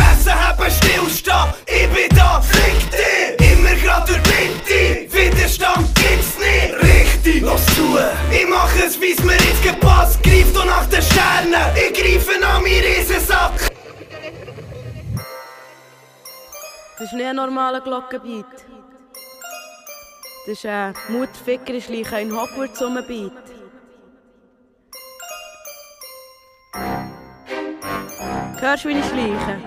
klappen, Stillstand, ich bin da, fick dich! Immer grad durch die Mitte, Widerstand gibt's nicht! Richtig, los zu! Ich mach es, wie's mir jetzt gepasst, greif doch nach den Sternen, ich greife nach mir Riesensack! Das ist nicht ein normaler Glockenbeat. Das ist ein Mutficker, ich schleiche in Hogwarts um Beat. Hörst du, wie ich schleiche?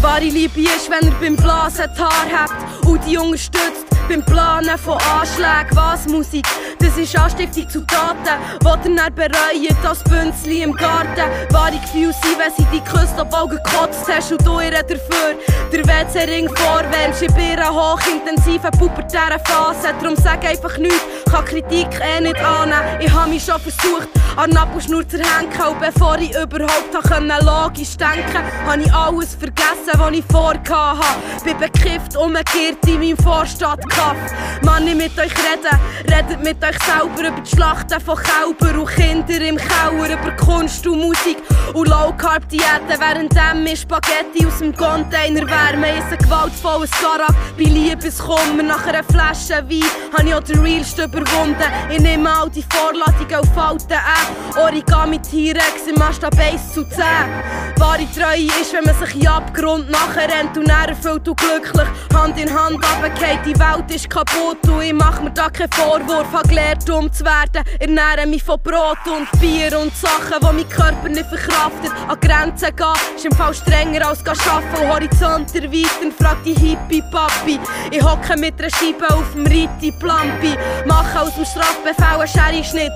Wahre Liebe ist, wenn er beim Blasen die Haare hebt und die unterstützt beim Planen von Anschlägen. Was Musik? Das ist Anstiftung zu Taten, die ihr dann bereuen, das Bünzli im Garten. Wahre Gefühle sind, wenn sie dich küsst, obwohl du gekotzt hast und du ihr dafür der WC-Ring vorwärmst. In ihrer hochintensiven pubertären Phase. Darum sag einfach nichts, kann Kritik eh nicht annehmen. Ich habe mich schon versucht, an Nappelschnur zu hängen. Und bevor ich überhaupt hab können logisch denken habe ich alles vergessen, was ich vorgehabt habe. Bin bekifft, umgekehrt in meinem Vorstadtkaff. Mann, ich mit euch reden, redet mit euch selber über die Schlachten von Kälber und Kinder im Keller, über Kunst und Musik und Low-Carb-Diäten. Währenddem ich Spaghetti aus dem Container wärme, ist ein gewaltvolles Garak bei Liebeskummer. Nach einer Flasche Wein habe ich auch den Realst überwunden. Ich nehme all die Vorladungen auf Falten an. Origami T-Rex im Maßstab 1 zu 10. Wahre Treue ist, wenn man sich in Abgrund nachher rennt und dann erfüllt und glücklich Hand in Hand runtergeht. Die Welt ist kaputt und ich mach mir da keinen Vorwurf. Hab gelernt, um zu werden. Ernähre mich von Brot und Bier und Sachen, die mein Körper nicht verkraftet. An Grenzen gehen ist im Fall strenger als gehen arbeiten. Und Horizont erweitern, fragt die Hippie-Papi. Ich hocke mit einer Scheibe auf dem Ritti-Plampi. Mache aus dem Strafbefehl einen Sherry-Schnitt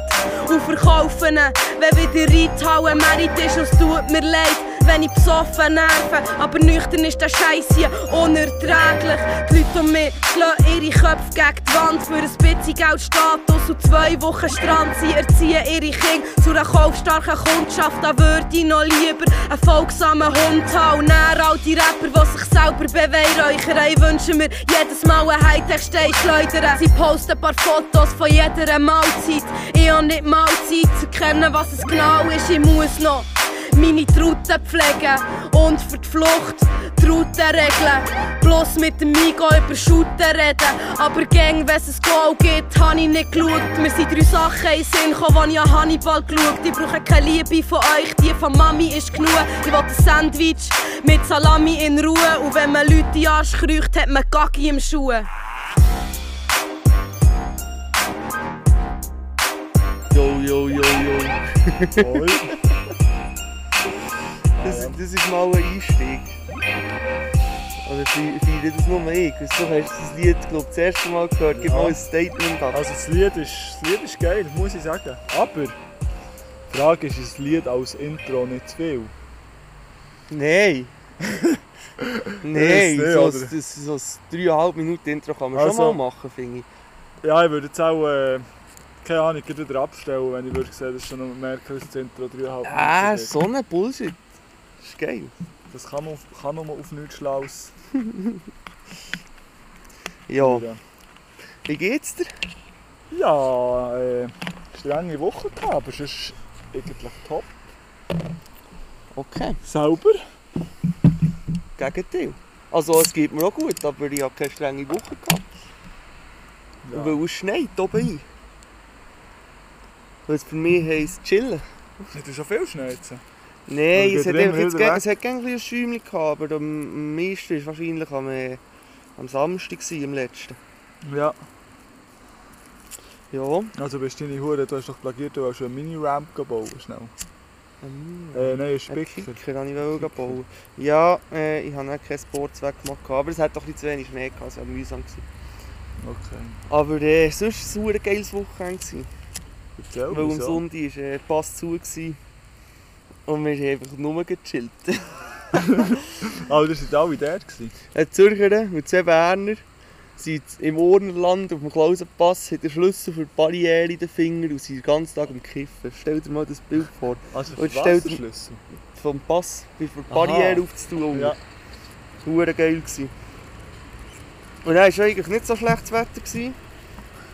und verkaufe ihn. Wenn wieder Reithalle Merit ist, es tut mir leid. Wenn ich besoffen nerve, aber nüchtern ist der Scheiß hier unerträglich. Die Leute um mich schlagen ihre Köpfe gegen die Wand für ein bisschen Geld Status und zwei Wochen Strand. Sie erziehen ihre Kinder zu einer kaufstarken Kundschaft. Da würde ich noch lieber einen folgsamen Hund haben. Und dann all die Rapper, die sich selber beweihräuchern. Ich wünsche mir jedes Mal einen Hightech-Stein-Schleudern. Sie posten ein paar Fotos von jeder Mahlzeit. Ich habe nicht mal Zeit zu erkennen, was es genau ist. Ich muss noch meine Truten pflegen und für die Flucht die Route regeln. Bloß mit dem Migo über Shooten reden. Aber gäng, wenn es ein Goal gibt, hab ich nicht geschaut. Mir sind drei Sachen in den Sinn gekommen, als ich an Hannibal geschaut Ich brauche keine Liebe von euch, die von Mami ist genug. Ich will ein Sandwich mit Salami in Ruhe. Und wenn man Leute in den Arsch kreucht, hat man Gaggi im Schuh. Yo, yo, yo, yo. Voll. Das, das ist mal ein Einstieg. Oder fe- feiere das nur ich? Weißt du, du hast das Lied glaub, das erste Mal gehört. Gib Ja. mal ein Statement ab. Also das Lied, ist, das Lied ist geil, muss ich sagen. Aber die Frage ist, ist das Lied als Intro nicht zu viel? Nein. Ich Nein, weiß nicht, so, oder? ein- das, so ein 3,5 Minuten Intro kann man Also. schon mal machen, finde ich. Ja, ich würde jetzt auch, äh, keine Ahnung, gleich wieder abstellen, wenn ich würde sehen, dass schon noch merken, dass das Intro 3,5 Minuten Ah, geht. so ein Bullshit. Das ist geil. Das kann man auf, kann nur auf nichts Schlaues. Ja, führen. wie geht's dir? Ja, äh, strenge Woche gehabt, aber sonst eigentlich top. Okay. Sauber? Gegenteil. Also es geht mir auch gut, aber ich habe keine strenge Woche gehabt. Ja. Weil es schneit oben ein. Was für mich heisst chillen. Du schon viel schneiden. Nein, Und es hat, geht immer einfach jetzt wieder ge- weg. es hat gerne ein bisschen Schäumchen gehabt, aber am meisten war wahrscheinlich am, äh, am Samstag, gewesen, am letzten. Ja. Ja. Also bist du deine Hure, du hast doch plagiert, du wolltest eine Mini-Ramp bauen, schnell. Ähm, Äh, nein, Mhm. ein Ein Spicker. Kicker wollte ich wollen bauen. Ja, äh, ich habe auch kein Sportzweck gemacht, aber es hat doch ein bisschen zu wenig Schnee gehabt, es war mühsam. Gewesen. Okay. Aber äh, sonst war es ein super geiles Wochenende. Gewesen, Erzähl, weil am Oh, wieso? Sonntag war äh, Pass zu gewesen. und wir haben einfach nur gechillt. Aber das waren alle dort. gewesen. Ein Zürcher und zwei Berner sind im Urnerland auf dem Klausenpass, haben den Schlüssel für die Barriere in den Fingern und sind den ganzen Tag am Kiffen. Stell dir mal das Bild vor, Also für Und stell dir- Wasserschlüssel. vom Pass bis für die Aha. Barriere aufzutun. Ja. Hure geil gsi. Und dann war eigentlich nicht so schlechtes Wetter. Gewesen,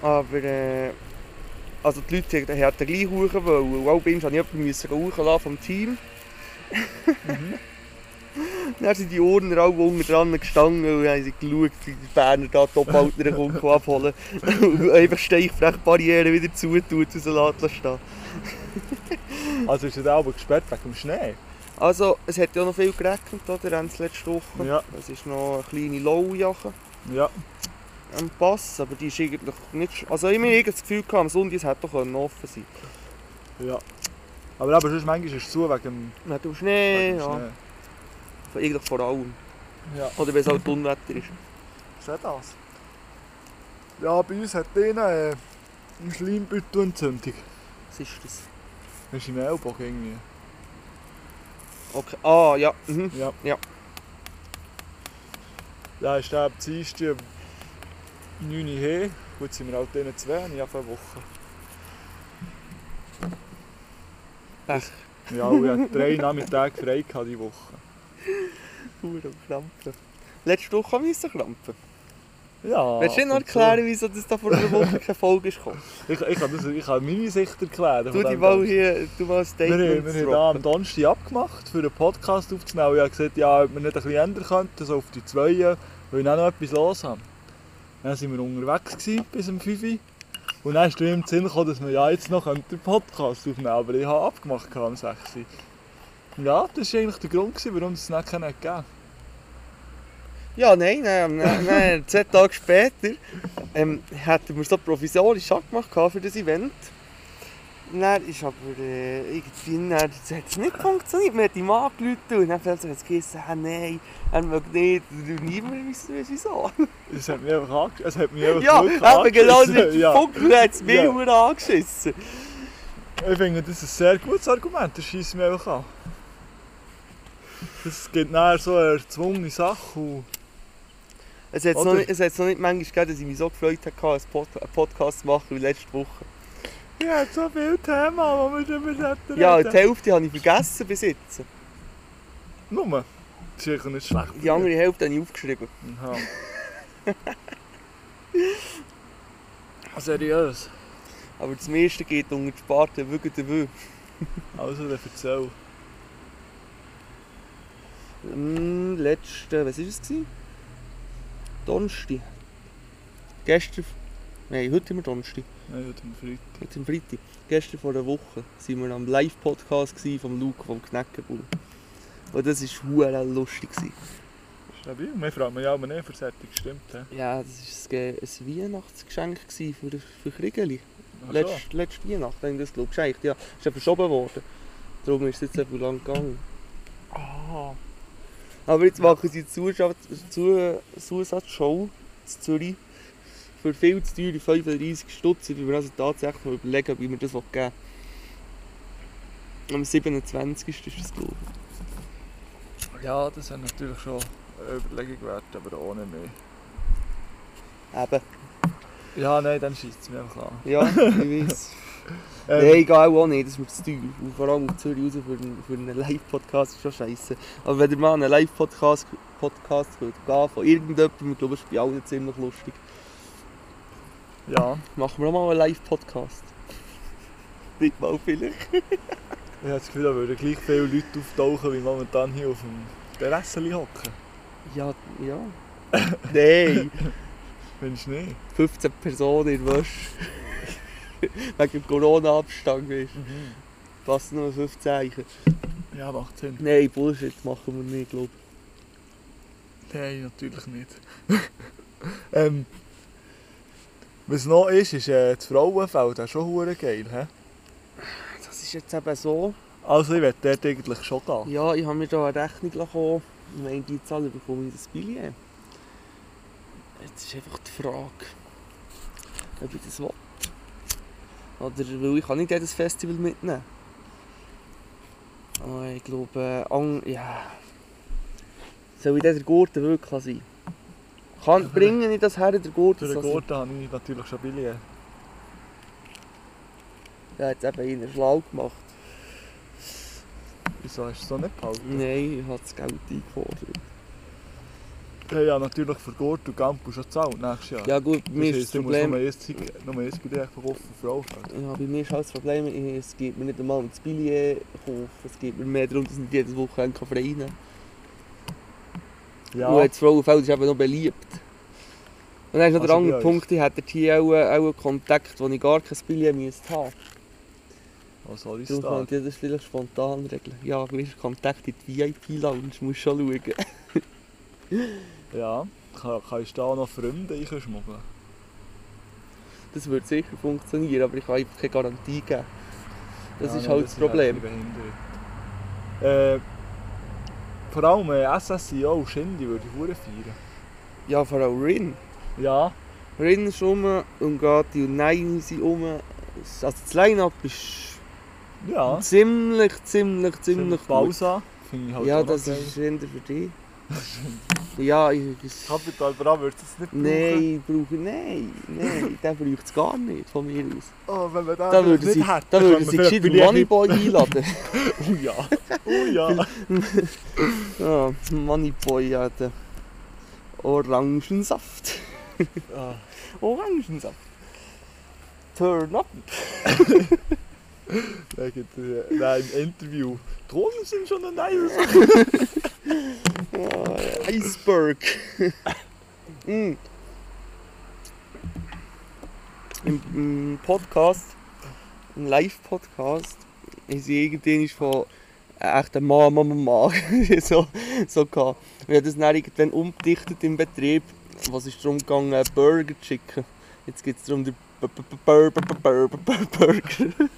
aber äh, Also die Leute hätten hätten gleich huchen wollen. Und auch bei ihm musste ich jemanden müssen huchen lassen vom Team. Dann sind die Urner alle unten dran gestanden und haben sie geschaut, wie der Berner da die Top-Altner kommt abholen und einfach steichfrech die Barriere wieder zutut und sie lassen stehen. Also ist er aber gesperrt wegen dem Schnee. Also, es hat ja noch viel geregnet, oder? Ende letzte Woche. Ja. Es ist noch eine kleine Lowjacke Ja. am Pass, aber die ist eigentlich nicht... sch- Also, ich habe irgendwie das Gefühl, gehabt, am Sonntag es hätte doch offen sein ja. Aber eben, sonst manchmal ist es zu wegen dem, können. Hat auch Schnee, wegen dem ja. Schnee. Eigentlich vor allem. Ja. Oder wenn es halt Unwetter ist. Ist das? Ja, bei uns hat einer äh, eine Schleimbeutelentzündung. Was ist das? Das ist im Ellbogen irgendwie. Okay. Ah, ja. Mhm. Ja. Ja. Ja, ist der am Dienstag um 9 Uhr her. Gut, sind wir halt denen zwei, und ich habe eine Woche. Pech. Ja, und ich hatte drei Nachmittage frei gehabt diese Woche. Hure am Krampfen. Letzte Woche musste ich krampfen. Ja. Willst du nicht noch ab Ah, und zu. erklären, wieso das da vor einer Woche keine Folge ist gekommen? Ich, ich, kann das, ich kann meine Sicht erklären. von Du die dem mal Ganzen. hier, du mal ein Wir, Statement haben- wir haben da am Donnerstag abgemacht, für einen Podcast aufzunehmen. Ich habe gesagt, ja, ob wir nicht ein bisschen ändern könnten, so auf die Zweien, weil wir dann noch etwas los haben. Dann sind wir unterwegs gewesen, bis um 5 Uhr. Und dann ist mir im Sinn gekommen, dass wir ja jetzt noch einen Podcast aufnehmen könnten, aber ich habe abgemacht gehabt am 6 Uhr. Ja, das war eigentlich der Grund, gewesen, warum es es nicht gegeben hat. Ja, nein, nein, ähm, nein, nein. zwei Tage später ähm, hätten wir so provisorisch abgemacht gehabt für das Event. Dann ist aber äh, irgendwie, dann hat es nicht funktioniert. Wir haben ihm angerufen und dann hat er gesagt, ah, nein, er mag nicht. Und niemand weiss wieso. Es hat mich einfach angeschissen. Es hat mich einfach Ja, wirklich aber genau angeschissen. das Ja. Punkt, er hat es mich Ja. nur angeschissen. Ich finde, das ist ein sehr gutes Argument, das schießt mich einfach an. Das gibt nachher so eine erzwungene Sache. Und Es hat Oder? noch, nicht- es hat's noch nicht manchmal gegeben, dass ich mich so gefreut hatte, einen Pod einen Podcast zu machen wie letzte Woche. ich habe so viele Themen, die wir drüber reden. Ja, die Hälfte habe ich vergessen bis jetzt. Nur. Das ist sicher nicht schlecht. Die andere Hälfte habe ich aufgeschrieben. Aha. Seriös. Aber das meiste geht unter die Sparte Wüge de Wü. Also, dann erzähl. Am letzten, Hm, was war es? gewesen? Donnerstag. Gestern, nein, heute haben wir Donnerstag, Nein, heute am Freitag. heute am Freitag. Gestern vor einer Woche waren wir am Live-Podcast gewesen vom Luke vom Kneckenbauer. Und das war hure lustig. gewesen. Stabil. Wir fragen mich ja immer nicht, für Sättig stimmt. hä? Ja, das war ein ein Weihnachtsgeschenk gewesen für, für Kriegeli. Ach so. Letzte, letzte Weihnachten haben wir das glaub ich, geschenkt. Ja, ist ja verschoben worden. Darum ist es jetzt so lang gegangen. Ah. Aber jetzt machen sie die Zuschau- Zu- Zusatzshow in Zürich für viel zu teure 35 Stutz. Ich wir also tatsächlich mal überlegen, wie wir das geben wollen. Am 27. ist es, glaube ich. Ja, das hat natürlich schon eine Überlegung wert, aber ohne mehr. Eben, Ja, nein, dann schießt es mich einfach an. Ähm, ja, ich weiß. Nein, ich gehe auch nicht, das ist mir zu teuer. Und vor allem auf Zürich raus für einen, für einen Live-Podcast ist schon scheiße. Aber wenn ihr mal einen Live-Podcast Podcast hört, gehen von irgendjemandem, ich glaube, das ist bei allen ziemlich lustig. Ja, Machen wir auch mal einen Live-Podcast. Nicht mal vielleicht. ich habe das Gefühl, da würden gleich viele Leute auftauchen, wie momentan hier auf dem Terrasseli hocken. Ja, ja. Nein, Findest du nicht? 15 Personen in Wäsche. Wegen dem Corona-Abstand, weißt du. Passt nur 15 Eichen. Ja, macht Sinn. Nein, Bullshit machen wir nicht, glaube ich. Nein, natürlich nicht. ähm, was noch ist, ist äh, das Frauenfeld. Das ist schon hure geil. He? Das ist jetzt eben so. Also, ich werde dort eigentlich schon gehen. Ja, ich habe mir da eine Rechnung bekommen. Wenn die Zahl bekomme ich das Billet. Jetzt ist einfach die Frage, ob ich das will. Oder, weil ich kann nicht jedes Festival mitnehmen. Aber ich glaube, äh, an, ja. Soll ich dann der Gurten wirklich sein? Kann, bringe ich das her, der Gurten? Durch den dass ich- Gurten habe ich natürlich schon Billet. Ja, jetzt eben einer schlau gemacht. Wieso hast du so nicht behalten? Nein, ich habe das Geld eingefordert. haben ja natürlich für Gurt und Campo schon gezahlt nächstes Jahr. Ja gut, bei mir ist das heisst, ich muss Problem... Nur eins Zeug- nur eins Billett verkaufen für Aufwand. Ja, bei mir ist halt das Problem, es geht mir nicht einmal um das Billet kaufen, es geht mir mehr darum, dass ich nicht jedes Wochenende frei nehmen kann. Ja, Und das Frauenfeld ist eben noch beliebt. Und dann ist noch Also der bei andere euch? Punkt, ich hätte hier auch, äh, auch einen Kontakt, wo ich gar kein Billet müsste haben was soll ich müsste. Darum da? könnte ich das vielleicht spontan regeln. Ja, du bist Kontakt in die VIP-Lounge, musst schon schauen. Ja, kann, kannst du da noch Freunde einschmuggeln? Das würde sicher funktionieren, aber ich kann einfach keine Garantie geben. Das Ja, ist nein, halt das Problem. ist halt ein bisschen behindert. Äh, vor allem äh, SSIO und Shindy würde ich verdammt feiern. Ja, vor allem Rin. Ja, Rin ist rum, und Gati und Nein sind rum. Also das Line-Up ist ja. ziemlich, ziemlich, ziemlich gut. Pausa. Finde ich halt Ja, auch das noch ist eher für dich. ja, ich... geil. Capital Bra würde es nicht brauchen. Nein, brauche ich nein, nein, den braucht es gar nicht von mir aus. Oh, wenn man Da würden sie, da würden sie gescheit den Moneyboy einladen. Oh ja. Oh ja. Ja, Moneyboy hat äh, Orangensaft. Ah, Orangensaft. Turn up. da gibt es, äh, Nein, im Interview. Drogen sind schon eine nice Sache. Ja, Iceberg. mm. Im, Im Podcast, im Live-Podcast, ist irgendwann von äh, echt ein Mann, Mann, Mann, Mann. so, so gehabt. Wir haben das dann irgendwann umgedichtet im Betrieb. Was ist darum gegangen, äh, Burger zu schicken. Jetzt geht es darum, den B- B- B- Bur- B- B- Bur- B- B- Burger.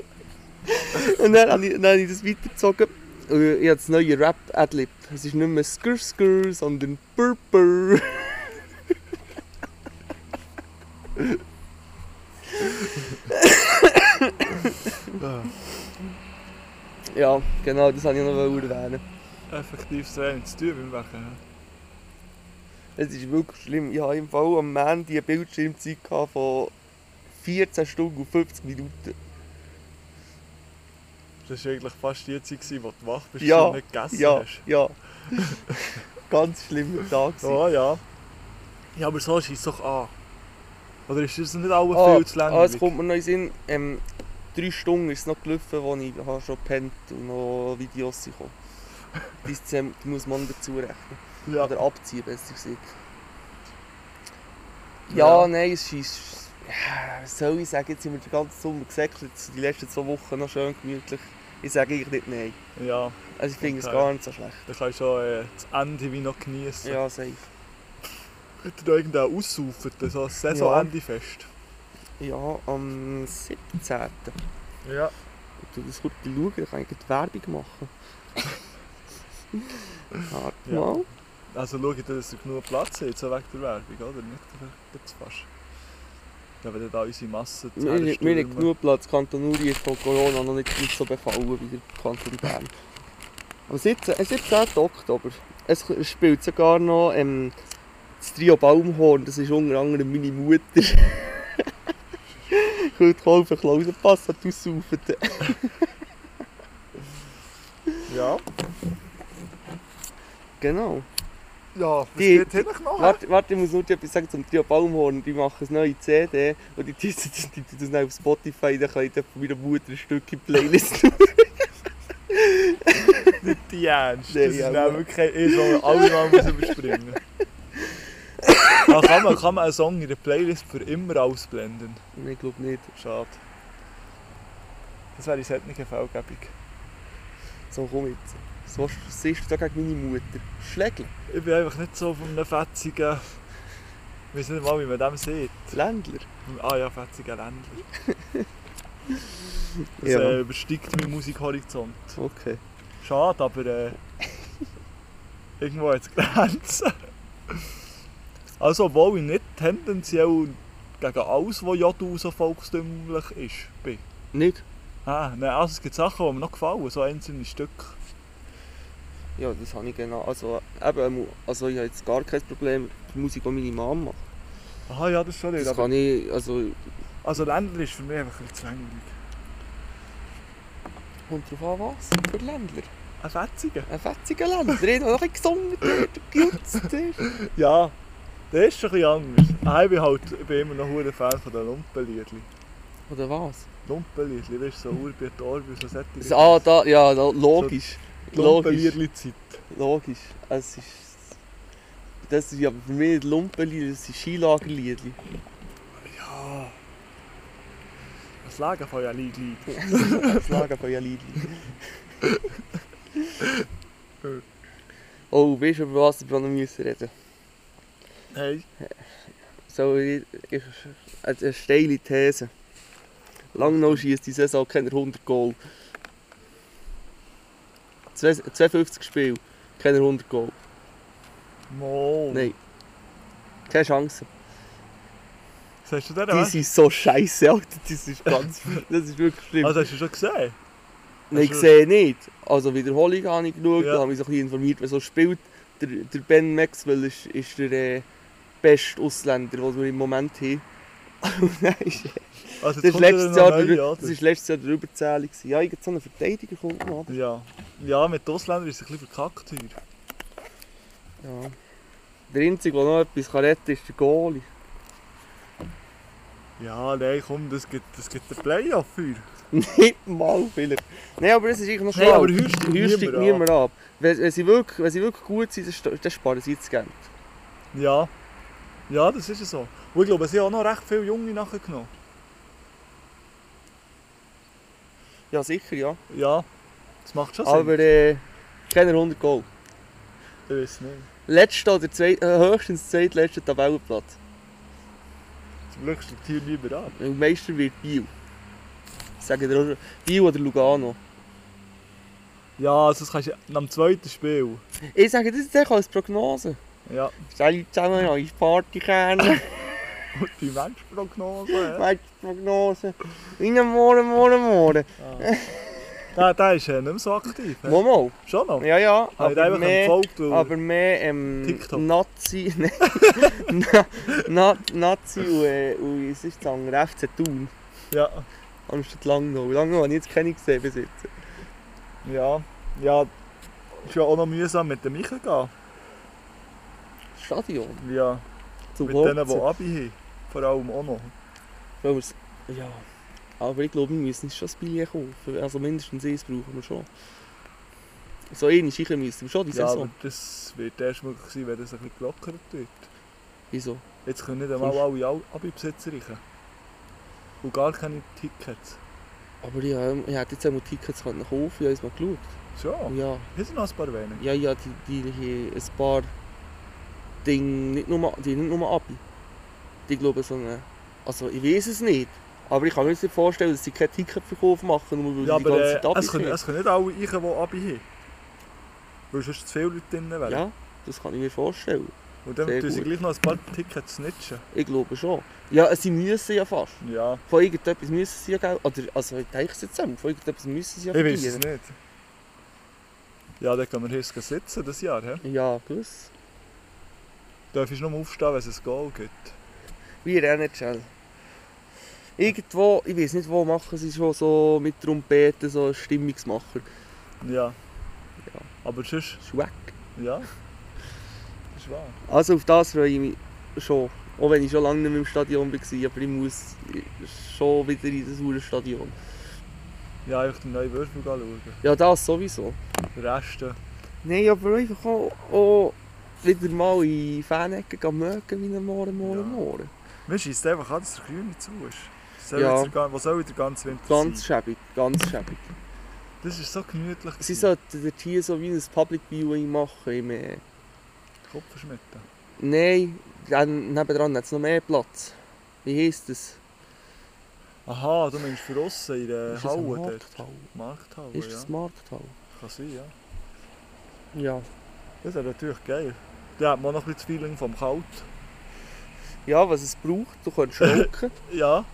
Und dann habe ich, dann habe ich das weitergezogen. Und Ich habe das äh, neue Rap-Adlib. Es ist nicht mehr Skrr Skrr, sondern Burper. Ah. Ja, genau, das wollte ich noch erwähnen. Effektiv so wenig zu tun beim Wecken. Es ist wirklich schlimm. Ich habe im Fall am Montag eine Bildschirmzeit gehabt von 14 Stunden und 50 Minuten. Das war eigentlich fast die Zeit, gewesen, wo du wach bist Ja, und nicht gegessen Ja, hast. ja. Ganz schlimmer Tag. gewesen. Ja, ja. Ja, aber so schießt doch an. Oder ist das nicht auch Ah, viel zu ah, langweilig? es kommt mir noch in den Sinn. Ähm, drei Stunden ist es noch gelaufen, wo ich habe schon gepennt und noch Videos gekommen Dies Zem- muss man dazu rechnen. ja. Oder abziehen, besser gesagt. Ja, Ja. nein, es ist... Ja, Was soll ich sagen? Jetzt sind wir den ganzen Sommer gesäckelt. Die letzten zwei Wochen noch schön gemütlich. Ich sage eigentlich nicht nein. ja, Also ich finde es Okay. gar nicht so schlecht. dann kannst du auch äh, das Ende wie noch genießen. Ja, safe. Hätte da irgendeinen aussaufen, so ein Saisonendefest. Ja, am 17. Ja. Du, das kurz schauen, ich kann eigentlich die Werbung machen. Warte Ja. mal. Also schau, dass ihr genug Platz habt, so wegen der Werbung, oder? Nicht jetzt fast. Ja, wenn ihr da unsere Massen Wir haben wir haben herstürmen. genug Platz. Kanton Uri ist von Corona noch nicht, nicht so befallen wie der Kanton Bern. Am 17. äh, 17. Oktober. Es k- es spielt sogar noch ähm, das Trio Baumhorn. Das ist unter anderem meine Mutter. Ich würde kaufen, Klausenpass hat aussaufen. Ja. Genau. Ja, was Die- geht hinten noch? Warte, warte, ich muss nur etwas sagen zum Trio Baumhorn. Die machen eine neue CD und die teasen die, die, die, die auf Spotify. Dann kann ich dann von meiner Mutter ein Stück in die Playlist Nicht die Ernst. Nee, Das ist ja, dann aber- wirklich eh so, alle mal muss überspringen. ja, kann, man, kann man einen Song in der Playlist für immer ausblenden? Nein, ich glaube nicht. Schade. Das wäre in solchen Fällen gäbig. So, komm jetzt. So siehst du da gegen meine Mutter. Schlägle, Ich bin einfach nicht so von einem fetzigen... Ich weiß nicht mal, wie man dem sieht. Ländler. Ah ja, fetziger Ländler. Das Ja. äh, übersteigt meinen Musikhorizont. Okay. Schade, aber... Äh, irgendwo hat es Grenzen. Also, obwohl ich nicht tendenziell gegen alles, was ja du so volkstümlich ist, bin. Nicht? Ah, nein, also es gibt Sachen, die mir noch gefallen, so einzelne Stücke. Ja, das habe ich genau. Also, eben, also ich habe jetzt gar kein Problem mit der Musik, die meine Mama macht. Aha, ja, das ist schon nicht. Das Aber, kann ich, also, also Ländler ist für mich einfach ein bisschen zu langweilig. kommt drauf an, was für Ländler. Ein Fetziger. Ein fetziger Länder, der hat noch ein bisschen gesungen dort, gejutzt. dort. Ja, der ist schon ein bisschen anders. Ah, ich, bin halt, ich bin immer noch ein Fan von den Lumpenliedli. Oder was? Lumpenliedli, das ist so Urbert Orbi, so Das, Sättig. ah, da, ja, da, logisch. Logisch. Lumpenliedli-Zeit. Logisch. Es ist... Das ist ja für mich nicht Lumpenlied, das ist Skilagerlied. Ja. Ah. Das Lagerfeuer liegt liegt. Das Lagerfeuerlied. oh, weißt du, über was ich noch müssen reden? Hey, So, ich, ich, eine, eine steile These. Langnau schießt die Saison keine 100 Goal. 52 Spiel, keine 100 Goal. Mo. Nein. Keine Chance. Hast du den Die sind so scheiße, Alter. Das ist ganz. Das ist wirklich schlimm. Also hast du schon gesehen? Nein, ich hast du- sehe nicht. Also Wiederholung habe ich geschaut, Ja. da habe ich mich so ein bisschen informiert, wer so spielt. Der, der Ben Maxwell ist, ist der äh, beste Ausländer, den wir im Moment haben. Und dann ist- Also das war jetzt kommt ja letztes, noch Jahr neu, der- ja, das ist letztes Jahr der Überzählung. gewesen. Ja, irgend so ein Verteidiger kommt noch. oder? ja. ja, mit den Ausländern ist es ein bisschen verkackt hier. Ja. Der Einzige, der noch etwas kann retten kann, ist der Goalie. Ja, nein, komm, das gibt, das gibt den Playoff für. Nicht mal vielleicht. Nein, aber das ist eigentlich noch Nein, schlau. aber heuer steigt Heuer steigt niemand niemand ab. Wenn, wenn, sie wirklich, wenn sie wirklich gut sind, dann sta- dann sparen sie das Geld. Ja. Ja, das ist ja so. Und ich glaube, sie haben auch noch recht viele Junge nachher genommen. Ja, sicher, ja. Ja. Das macht schon Sinn. Aber äh, keine 100 Goal. Ich weiß nicht. Letzter oder zweit, äh, höchstens zweitletzter Tabellenplatz. Zum Glück steigt hier niemand ab. Und Meister wird Biel. Sagen dir auch Biel oder Lugano. Ja, also das kannst du am zweiten Spiel. Ich sage das jetzt einfach als Prognose. Ja. Salut zusammen, ja, ich Partykerne, Und die Menschprognose. ja. Prognose. Rein, morgen, morgen, morgen. Der, der ist ja nicht mehr so aktiv. hä? Momo, Schon noch. ja, ja. Habe ich einfach Aber mehr, entfolgt, weil aber mehr ähm, TikTok. Nazi. Nein. Na, na, Nazi und, äh, und es ist das andere, FC Thun. Ja, Anstatt Langnau. Langnau habe ich jetzt keine gesehen bis jetzt. ja, ja. Ist ja auch noch mühsam mit dem Michael gehen. Stadion. Ja, Zu mit denen, die Wurzeln. Abi haben. Vor allem auch noch. Weil wir's- ja. Aber ich glaube, wir müssen uns schon das Billet kaufen. Also mindestens eins brauchen wir schon. So eine sicher müssen wir schon, die Ja, aber Saison. das wird erst möglich sein, wenn das ein bisschen gelockert wird. Wieso? Jetzt können nicht einmal alle Al- Abi-Besitzer reichen. Und gar keine Tickets. Aber ja, ähm, ich hätte jetzt einmal Tickets können kaufen können, ich habe mal geschaut. Schon, Ja, hier sind noch ein paar wenige. ja, ja, die, die haben ein paar Dinge, nicht nur, die haben nicht nur ab. Die glauben so eine... Also ich weiß es nicht. Aber ich kann mir jetzt nicht vorstellen, dass sie keinen Ticketverkauf machen, nur weil Ja, die die aber ganze äh, Zeit ab es, können, es können nicht alle reichen, die Abi haben. Weil sonst zu viele Leute drin wären. Ja, das kann ich mir vorstellen. Und dann sehr tun sie gut. gleich noch ein paar Tickets snitchen. Ich glaube schon. Ja, sie müssen ja fast. Ja, Von irgendetwas müssen sie ja Geld. Oder, also, ich denke es jetzt zusammen. Von irgendetwas müssen sie ja ich weiß es verdienen. nicht. Ja, dann können wir hier sitzen, das Jahr. He? Ja, gewiss. Darf ich nur aufstehen, wenn es ein Goal gibt? Wie in der NHL. Irgendwo, ich weiß nicht, wo machen sie schon so mit Trompeten so einen Stimmungsmacher. Ja. Aber sonst, Schweck. ja. Das ist wahr. Also, auf das freue ich mich schon. Auch wenn ich schon lange nicht mehr im Stadion war, aber ich muss schon wieder in das Hure Stadion. Ja, einfach den neuen Würfel anschauen. Ja, das sowieso. Den Rest, äh, Nein, aber einfach auch, auch wieder mal in Fanecken gehen mögen, wie ein Morgen, Morgen, Ja. Morgen. mir schießt einfach an, dass der Grüne zu ist. Soll Ja. jetzt der, gan- wo soll der ganze Winter Ganz sein? schäbig, ganz schäbig. Das ist so gemütlich. Sie gewesen. sollten dort hier halt so wie ein Public Viewing machen. Im, äh, Kupferschmitten. nein, dann, nebendran hat es noch mehr Platz. Wie heisst das? Aha, du meinst für uns in der Ist das Halle eine Äh, dort. Markthalle? Markthalle, Ist ja. das Markthalle? Kann sein, ja. Ja. Das wäre natürlich geil. Da hat man noch ein bisschen das Feeling vom Kalt. Ja, was es braucht, du kannst rauchen. Ja.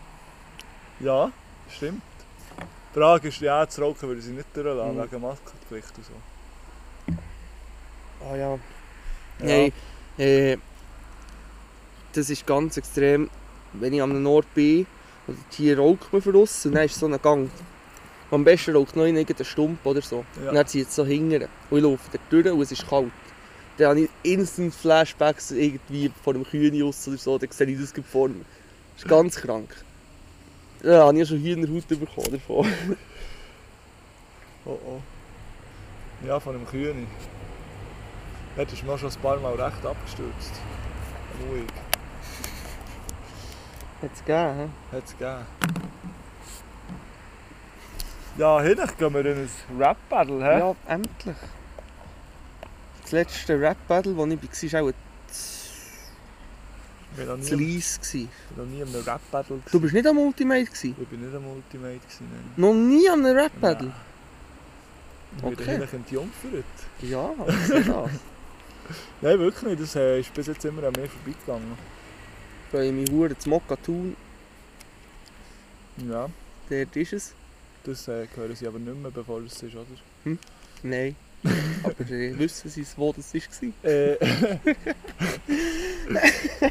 Ja, stimmt. Die Frage ist, ja, zu rauchen würde ich sie nicht durchlassen, Mhm. wegen Maskenpflicht und so. Ah ja. Ja. Nein, äh, das ist ganz extrem, wenn ich an einem Ort bin und hier raucht man von uns und dann ist so ein Gang. Am besten raucht noch in irgendeinen Stump oder so. Ja. Und dann zieht es so hingern. Und ich laufe da durch und es ist kalt. Dann habe ich instant Flashbacks irgendwie vor einem Kühnius oder so, dann sehe ich das gerade vor mir. Das ist ganz krank. Ja, habe ich ja schon Hühnerhaut bekommen davon. Oh oh. Ja, von einem Kühne. Dort ist mir schon ein paar Mal recht abgestürzt. Ruhig. Hat es gegeben, hä? Hat es gegeben. Ja, hinten gehen wir in ein Rap-Battle, hä? Ja, endlich. Das letzte Rap-Battle, wo ich war, war auch in Ich war noch nie, Leis. gewesen. ich war noch nie in einem Du Rap-Battle. gewesen. bist nicht am Ultimate? Gewesen? Ich bin nicht am Ultimate. Gewesen, nein. Noch nie an einem Rap-Battle? Nein. Ich bin Okay. okay. hinten entjungfert. Ja, was ist das? Nein, wirklich nicht. Das äh, ist bis jetzt immer an mir vorbeigegangen. Freue mich hure zu Mokatun. Ja, Dort ist es. das äh, hören sie aber nicht mehr, bevor es ist, oder? Nein. Aber äh, wissen Sie, es, wo das war? Äh.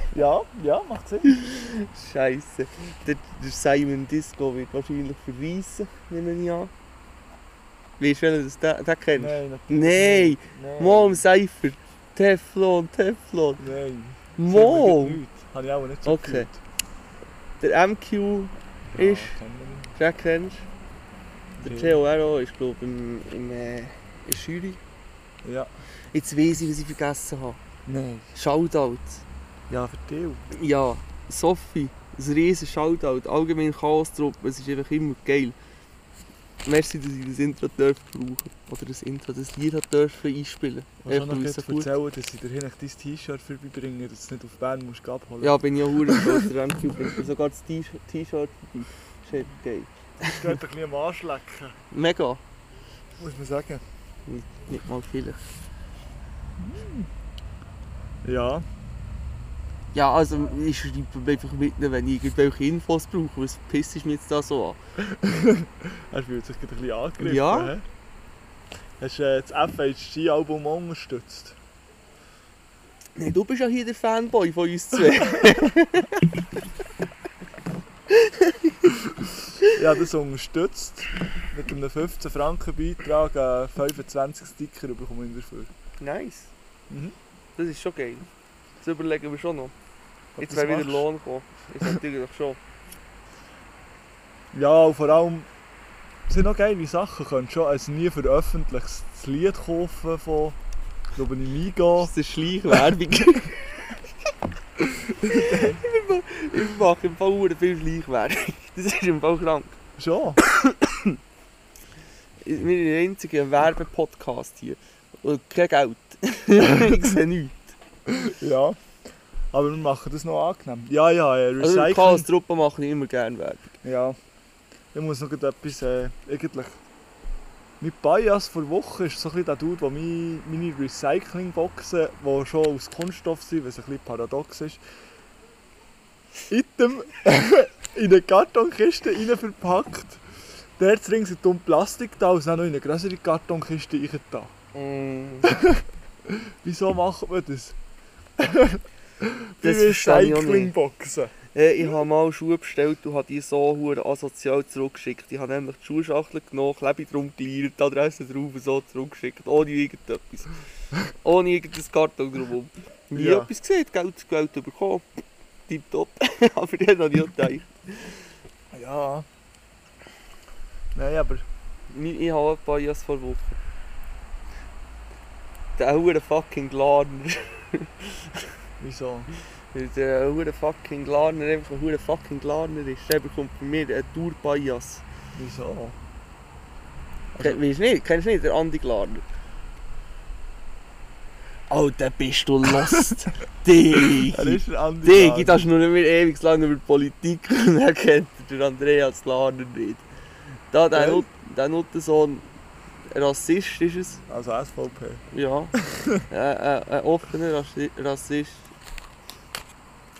ja, ja, macht Sinn. Scheiße. Der, der Simon Disco wird wahrscheinlich verreisen, nehme ich an. Weißt du, wenn du das den, den kennst? Nein, natürlich. Nein! Nein. Mom Cypher! Teflon, Teflon! Nein. Mom! Habe ich auch nicht so Okay. gehört. Der MQ Ja, ist, kennen den kennst du? Der Ja. Theo Ero ist, glaube ich, im, im, äh, in der Jury. wir. Ja. Jetzt weiß ich, was ich vergessen habe. Nein. Shoutout. Ja, für dich. Ja, Sophie, ein riesen Shoutout. Allgemein Chaos-Truppe, es ist einfach immer geil. Merci, dass ich das Intro durfte brauchen. Oder das Intro, das Lied hat dürfen einspielen. Ich kann Einfach, weil noch es so so gut- erzählen, dass ich dir hinten dein T-Shirt vorbeibringe, dass du es nicht auf Bern musst abholen Ja, bin ich ja hure stolz, der MQ bringt mir sogar das T- T-Shirt vorbei. Shit, geil. Das ist dort ein bisschen am Anschlecken, Mega. muss man sagen. Nicht mal vielleicht. Ja. Ja, also ich schreibe einfach mit, wenn ich irgendwelche Infos brauche. Was pisst mich jetzt da so an? Er fühlt sich gerade ein bisschen angegriffen. Ja. hä? Hast du äh, das FHG-Album unterstützt? Nee, du bist ja hier der Fanboy von uns zwei. Ich habe das unterstützt. Mit einem 15-Franken-Beitrag äh, 25 Sticker bekomme ich dafür. nice. Mhm. Das ist schon geil. Das überlegen wir schon noch. Ob Jetzt das wäre wieder machst? Lohn gekommen. Ist natürlich schon. Ja, und vor allem es sind noch geile Sachen. Du könntest schon ein nie veröffentlichtes Lied kaufen von, glaube ich, Migo. Das ist Schleichwerbung. ich ma- ich mache im Fall hure viel Schleichwerbung. Das ist im Fall krank. Schon. Wir sind der einzige Werbepodcast hier. Oh, Und kein Geld. ich sehe nichts. Ja. Aber wir machen das noch angenehm. Ja, ja, äh, Also Recycling. ich kann als Truppe machen ich immer gerne Werbung. ja. Ich muss noch grad etwas, äh, eigentlich... Mein Bias vor Woche ist so ein bisschen der Dude, der meine, meine Recyclingboxen, die schon aus Kunststoff sind, was ein bisschen paradox ist, in, dem, in eine Kartonkiste rein verpackt. Der hat rings um Plastik da und dann noch in eine größere Kartonkiste rein da. Mm. Wieso macht man das? Die Das verstehe ich auch nicht. Recyclingboxen. Hey, Äh, ich habe mal Schuhe bestellt und habe die so hure asozial zurückgeschickt. Ich habe nämlich die Schuhschachtel genommen, Klebe drum geliert, die Adresse drauf und so zurückgeschickt. Ohne irgendetwas. Ohne irgendein Karton drumherum. Nie Ja. etwas gesehen, Geld, Geld bekommen. Tipptopp. Aber die habe ich nicht gedacht. Ja. Nein, aber Mein- Ich habe ein paar Jahre vor Wochen. Der hure fucking Glarner. wieso? Weil der hure fucking Glarner einfach ein hure fucking Glarner ist. Der bekommt von mir einen Tour-Bias. Wieso? Ke- Weisst du nicht? Kennst du nicht den Andi Glarner? Alter, Oh, bist du lost? Digi! Er ist der Andi. Digi, das ist noch nicht mehr ewig lang über Politik und er kennt den Andreas Glarner nicht. Da, der, Gell? Nut, der Nuttensohn, ein Rassist ist es. Also SVP. Ja. Ä- ä- Ein offener Rassi- Rassist.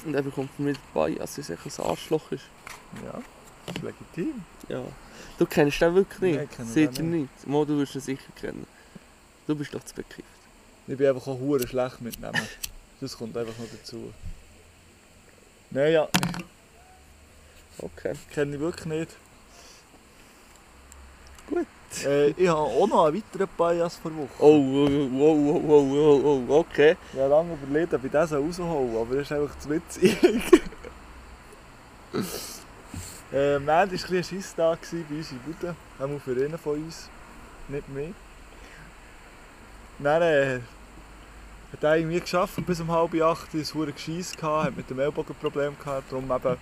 Und er bekommt von mir dabei, dass er echt ein Arschloch ist. Ja. Das ist legitim. Ja. Du kennst den wirklich nicht? Nein, ich kenne den Sicher nicht. Mo, du wirst ihn sicher kennen. Du bist doch zu bekifft. Ich bin einfach auch hure schlecht mit Namen. Das kommt einfach noch dazu. Nein, ja, Okay. kenne ich wirklich nicht. Äh, ich habe auch noch einen weiteren Bias vor Woche. Oh, oh, oh, oh, oh, oh, oh, okay. Ich habe lange überlegt, ob ich das rausholen soll, aber das ist einfach zu witzig. äh, am Ende war ein bisschen ein Scheisstag gewesen bei uns in Bude. Einmal für einen von uns, nicht mehr. Dann äh, hat er irgendwie geschafft bis um halb acht, ein hohes Gescheiss gehabt, hat mit dem Ellbogen ein Problem gehabt, darum eben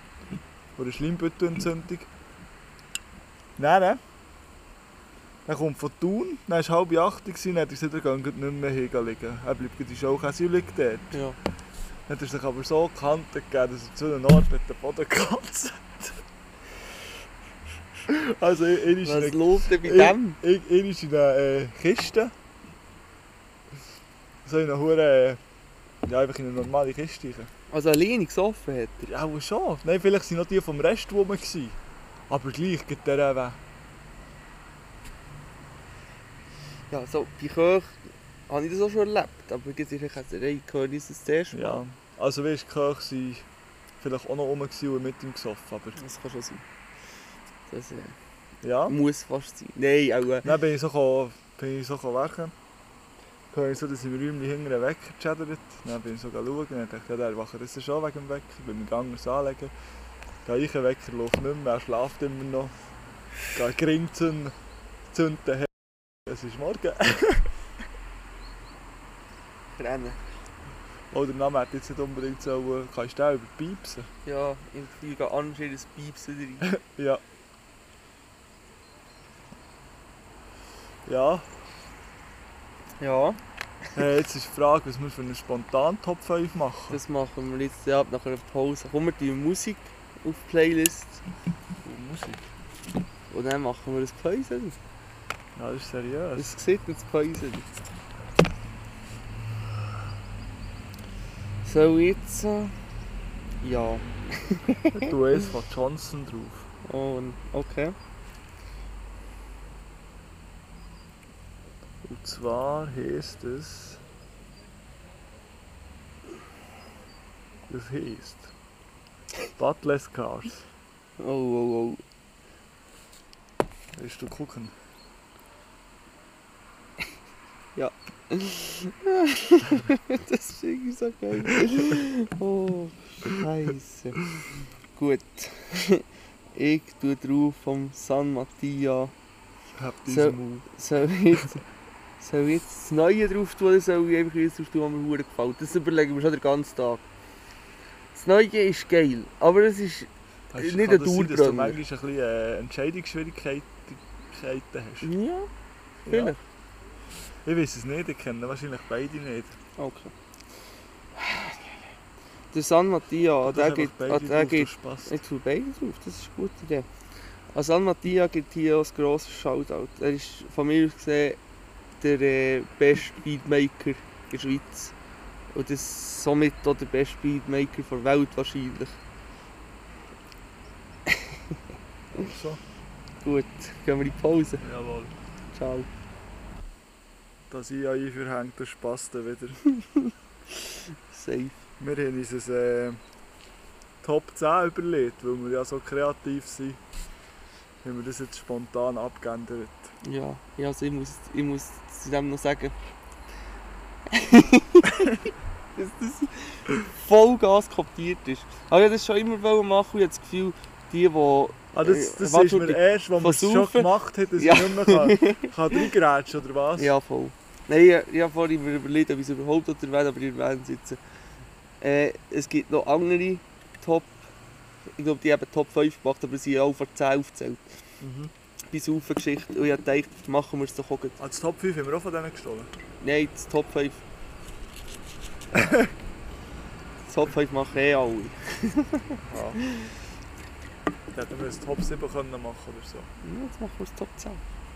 eine Schleimbüttelentzündung. Dann, äh, dann kommt von Thun, dann war halb acht, gewesen, dann hat er gesagt, er geht nicht mehr hingehen liegen. Er bleibt in die Schaukäse liegen dort. Ja. Dann hat er sich aber so gekannt gegeben, dass er zu einem Ort mit dem Boden gekratzt hat. Also, e- er er ist Was in eine- läuft denn bei er- dem? er- er ist in einer äh, Kiste. So in einer Hure. nou eh, Ja, einfach in eine normale Kiste. rein. Also alleine gesoffen hat er. Ja, wohl schon. Nein, vielleicht waren noch die vom Rest rum. gewesen. Aber gleich geht der weg. Ja, so bei Köch habe ich das auch schon erlebt. Aber jetzt ist vielleicht eine gehört ist das zuerst. Ja. Also, weißt du, Köche waren vielleicht auch noch rum gewesen und mit ihm gesoffen. Aber Das kann schon sein. Das äh, ja. muss fast sein. Nein, auch... Äh, Dann bin ich so, gekommen- bin ich so wecken. Dann habe ich so, dass im Räumchen hinten einen Wecker geschädert. Dann bin ich so schauen und dachte, ja, der wacht jetzt schon wegen dem Wecker. Bin mir gegangen, es anlegen. Gehe ich, den Wecker läuft nicht mehr, er schläft immer noch. Gehe gering zünden, zünden, hey, es ist morgen. rennen. Oh, der Name hätte jetzt nicht unbedingt so, kannst du den überpiepsen? Ja, im Flieger anscheinend ein Piepsen rein. Ja. Ja, ja, äh, jetzt ist die Frage, was wir für einen spontanen Top 5 machen. das machen wir jetzt ab nach einer Pause. Kommen wir die Musik auf die Playlist Musik. und dann machen wir das Päusen. Ja, das ist seriös. Das sieht man das Päusen. So jetzt. äh, Ja. Du weißt von Johnson drauf. Oh, Und okay. Und zwar heisst es. Das heisst. Butler's Cars. Oh oh oh. Willst du gucken? Das ist irgendwie so geil. Oh, Scheiße. Gut. Ich tue drauf vom San Mattia. Hab So. diesen Mund. Soll ich jetzt, soll ich jetzt das Neue drauf tun oder soll ich einfach eins drauf tun, was mir verdammt gefällt? Das überlegen wir schon den ganzen Tag. Das Neue ist geil, aber es ist... Hast- Nicht kann ein das sein, dass Dauerbrenner. du manchmal ein bisschen äh, Entscheidungsschwierigkeiten Schwierigkeiten hast. Ja, Ja. vielleicht. Ich weiß es nicht, ich kenne wahrscheinlich beide nicht. Okay. Der San Mattia, an Das Ah, der einfach geht... beide An der drauf, das geht passt. jetzt für beide drauf, das ist eine gute Idee. An San Mattia gibt hier ein grosses Shoutout. Er ist von mir aus gesehen der äh, beste Beatmaker in der Schweiz. Und das somit auch der beste Beatmaker der Welt wahrscheinlich. So, Gut, gehen wir in die Pause. jawohl. Ciao. Das ich euch verhängt, das passt dann wieder. Safe. Wir haben uns ein äh, Top 10 überlegt, weil wir ja so kreativ sind. Haben wir das jetzt spontan abgeändert. Ja, ja also ich muss, ich muss zu dem noch sagen. dass das Vollgas kopiert ist. Aber ich wollte das schon immer wollen machen und ich habe das Gefühl, die, die. Ah, das, Äh, das warte, ist mir Entschuldigung. erst, als wir es schon Versaufen? gemacht haben, dass Ja. ich nicht mehr kann, kann reingrätschen oder was? Ja, voll. Nein, ich, ich habe vorhin mir überlegt, ob ich es überhaupt noch erwähne, aber ich erwähne es jetzt. Äh, es gibt noch andere Top. Ich glaube, die haben Top 5 gemacht, aber sie haben auch vor 10 aufgezählt. Mhm. Bis auf Geschichte. Und ich habe gedacht, machen wir es doch auch. gleich. Ah, das Top 5 haben wir auch von denen gestohlen. Nein, das Top 5. das Top 5 machen eh alle. Ah. Dann hätten wir ein Top 7 können machen oder so. Ja, Jetzt machen wir das Top 10.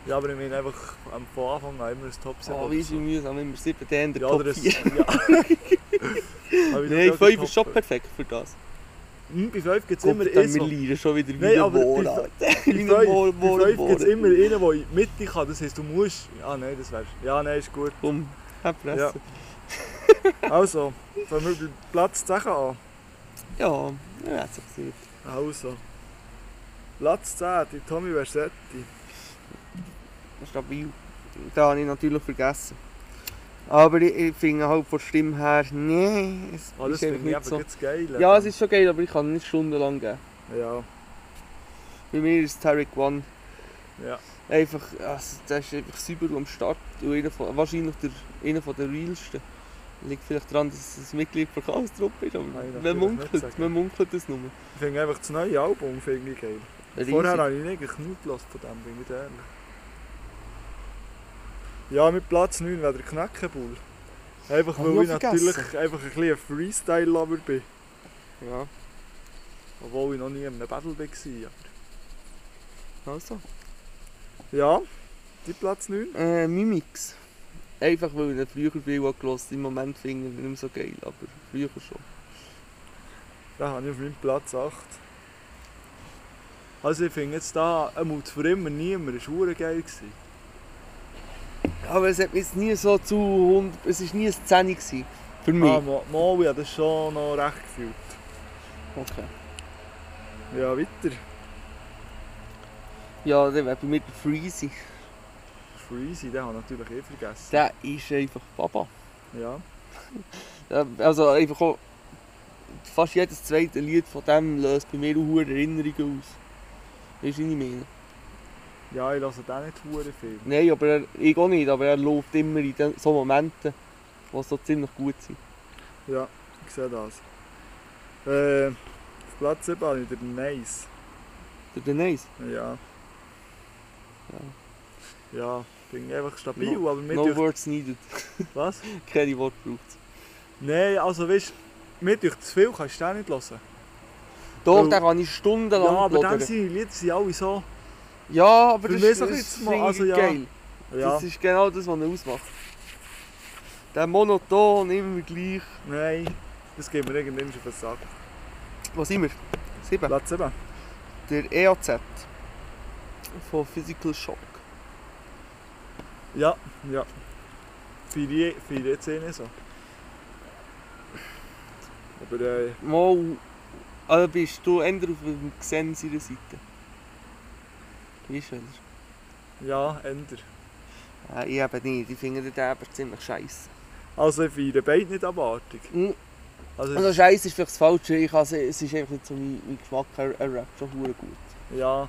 Ja, aber ich meine einfach am von Anfang an immer ein Top 7. Oh, oder wie ist so. es mühsam, immer 7 dann der Ah, ja, Top oder ein, 4. ja. Aber ich Nein, dachte, 5 ist schon Top- perfekt für das. Hm, Bei 5 gibt es Guck, immer dann eins, wir wo- leiden schon wieder eh Nein, wie ein aber die- Bohrer. Bei Wie ein Bohrer, Bohrer, fünf gibt es Bohrer. immer einen, der in die Mitte kann. Das heisst, du musst. Ah, nein, das wär's. Ja, nein, ist gut. Komm, hab Fresse. Also, fangen wir bei Platz 10 an. Ja, ja hat's auch gesehen. Also. Platz 10, die Tommy Versetti. stabil. Da habe ich natürlich vergessen. Aber ich, ich finde halt von der Stimme her, nee, es Ah, das ist einfach finde ich nicht eben so. jetzt geil. Ja, es ist schon geil, aber ich kann nicht stundenlang geben. Ja, Bei mir ist Tarek One ja. einfach, also, der ist einfach sauber am Start und einer von, wahrscheinlich der, einer von der realsten. Liegt vielleicht daran, dass es ein Mitglied der Chaos-Truppe ist, aber Nein, man das will ich nicht munkelt, sagen. man munkelt es nur. Ich finde einfach das neue Album finde ich geil. Vorher habe ich nicht genug gelassen von dem, bin ich ehrlich. Ja, mit Platz 9 wäre der Knäckebull. Einfach Hab ich weil ich auch vergessen. natürlich einfach ein bisschen ein Freestyle-Lover bin. Ja, Obwohl ich noch nie in einem Battle war. also. Ja, die Platz 9. Äh, Mimix. Einfach weil ich ihn früher viel gehört habe. Im Moment finde ich ihn nicht mehr so geil, aber früher schon. Da habe ich auf meinem Platz 8. Also ich finde jetzt da, er muss für immer niemand, ist hure geil gewesen. Aber es hat mich jetzt nie so zu 100... Es war nie eine Szene. gewesen. Für mich. Ah, mal, mal, ich habe das schon noch recht gefühlt. okay. Ja, weiter. Ja, dann wäre bei mir der Freezy. Freezy, den habe ich natürlich eh vergessen. Der ist einfach Papa. Ja. Der- Also einfach auch... Fast jedes zweite Lied von dem löst bei mir auch verdammt Erinnerungen aus. Weißt du, was ich meine? Ja, ich lasse den nicht hure viel. Nein, aber er, ich auch nicht, aber er läuft immer in den, so Momenten, die so ziemlich gut sind. Ja, ich sehe das. Äh, auf Platz 7 habe ich den Nice. Der Denise. Ja. Ja, bin einfach stabil, No- aber mit No words needed. Was? Keine Worte braucht Nein, also weißt du, mit durch zu viel kannst du den nicht hören. Doch, Weil- den kann ich stundenlang Oh. ja, aber plaudern. dann sind die Lieder sind alle so. Ja, aber Für das, ist- mich ist doch das jetzt ist mal- also ja. geil. Ja, Das ist genau das, was er ausmacht. Der monoton, immer gleich. nein, das geht mir irgendwann schon auf den Sack. Was sind wir? Sieben. Platz 7. Der EAZ. Von Physical Shock. Ja, ja. Für die, für die Szene so. Aber äh, Mal also bist du eher auf dem Gesehen seiner Seite. Wie ist er? ja, änder. Äh, ich eben nicht. Ich finde den aber ziemlich scheiße. Also ich feiere beide nicht Erwartung. Mhm. Also, Also scheiße ist vielleicht das Falsche. Ich kann, es es ist einfach nicht so mein, mein Geschmack. Er, er rappt schon verdammt gut. ja.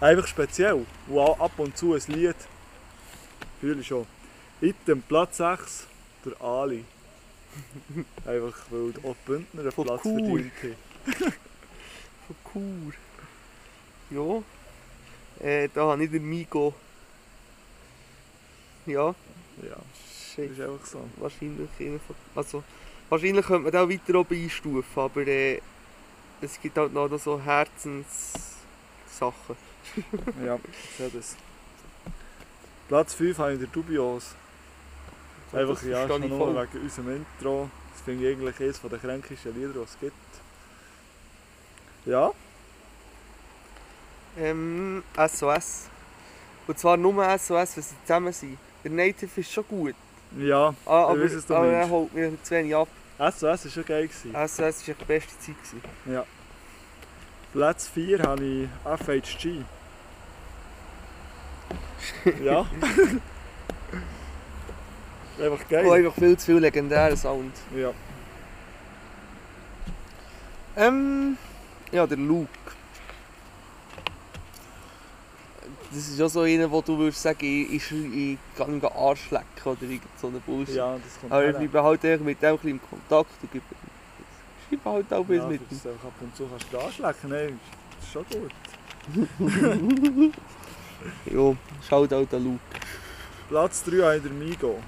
Einfach speziell. Und auch ab und zu ein Lied. Fühle ich schon. Item Platz 6, der Ali. Einfach weil auch die Bündner einen Von Platz Chur. verdient haben. Von Chur. Ja. Äh, da habe ich den Migo. Ja, Ja, das shit. ist einfach so. Wahrscheinlich einer von. Also, wahrscheinlich könnte man da weiter oben einstufen, aber äh, es gibt halt noch so Herzenssachen. Ja, ich sehe das. Platz 5 habe ich den Dubios. Einfach Oh, das ja, verstehe schon ich nur voll. wegen unserem Intro. Das finde ich eigentlich eines der kränkesten Lieder, die es gibt. Ja, Ähm, SOS. Und zwar nur SOS, wenn sie zusammen sind. Der Native ist schon gut. ja. Ah, Ich aber, weiss, was du aber er meinst. holt mir zu wenig ab. SOS war schon geil. Gewesen. SOS war echt die beste Zeit. Gewesen. Platz 4 habe ich FHG. ja. Einfach Oh, geil. einfach viel zu viel legendärer Sound. Ja. Ähm, ja, der Luke. Das ist ja so einer, wo du würdest sagen, ich, ich, ich kann ihm einen Arsch lecken oder irgend so eine Bullshit. ja, das kommt Aber ich her. bleibe halt einfach mit dem ein bisschen im Kontakt und gebe- schreibe halt auch ja, ein mit ihm. das Ab und zu kannst du da anschlecken. Nein, das ist schon gut. Ja, schaut auch der Luke. Platz 3 habe ich den Migo.